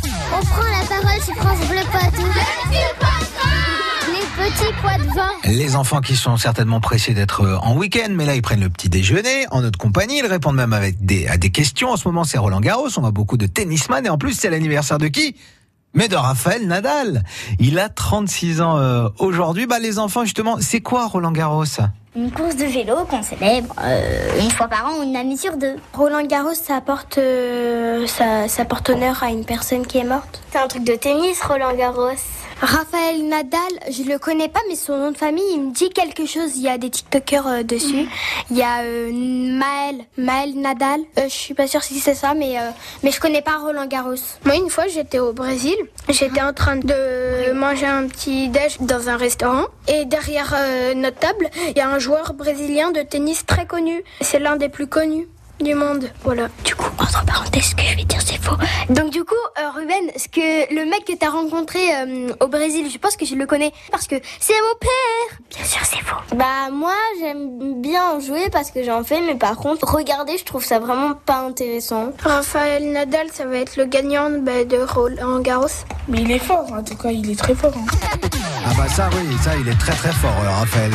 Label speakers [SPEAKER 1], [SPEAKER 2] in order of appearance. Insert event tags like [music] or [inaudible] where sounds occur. [SPEAKER 1] prend la parole sur France Bleu Poitou. Les petits pois de vin.
[SPEAKER 2] Les enfants qui sont certainement pressés d'être euh, en week-end, mais là ils prennent le petit déjeuner en notre compagnie. Ils répondent même avec des, à des questions. En ce moment c'est Roland Garros, on voit beaucoup de tennisman et en plus c'est l'anniversaire de qui mais de Raphaël Nadal. Il a 36 ans euh, aujourd'hui. Bah les enfants justement, c'est quoi Roland Garros
[SPEAKER 3] Ah
[SPEAKER 1] Une course de vélo qu'on célèbre euh, une fois par an ou une année sur deux.
[SPEAKER 4] Roland Garros, ça apporte, euh, ça, ça porte honneur à une personne qui est morte.
[SPEAKER 1] C'est un truc de tennis, Roland Garros.
[SPEAKER 4] Raphaël Nadal, je le connais pas, mais son nom de famille, il me dit quelque chose. Il y a des TikTokers euh, dessus. Il y a euh, Maël, Maël Nadal. Euh, je suis pas sûre si c'est ça, mais, euh, mais je connais pas Roland Garros. Moi, une fois, j'étais au Brésil. J'étais en train de manger un petit déj dans un restaurant. Et derrière euh, notre table, il y a un joueur brésilien de tennis très connu. C'est l'un des plus connus du monde. Voilà. Du coup, entre parenthèses, ce que je vais dire, c'est faux. Donc du coup, euh, Ruben, ce que le mec que t'as rencontré euh, au Brésil, je pense que je le connais parce que c'est mon père. Bien sûr, c'est faux.
[SPEAKER 1] Bah moi j'aime bien jouer parce que j'en fais mais par contre regarder je trouve ça vraiment pas intéressant.
[SPEAKER 4] Raphaël Nadal, ça va être le gagnant bah, de Roland Garros.
[SPEAKER 3] Mais il est fort, en tout cas, il est très fort. hein. [laughs]
[SPEAKER 2] Ah bah ça oui, ça il est très très fort euh, Raphaël.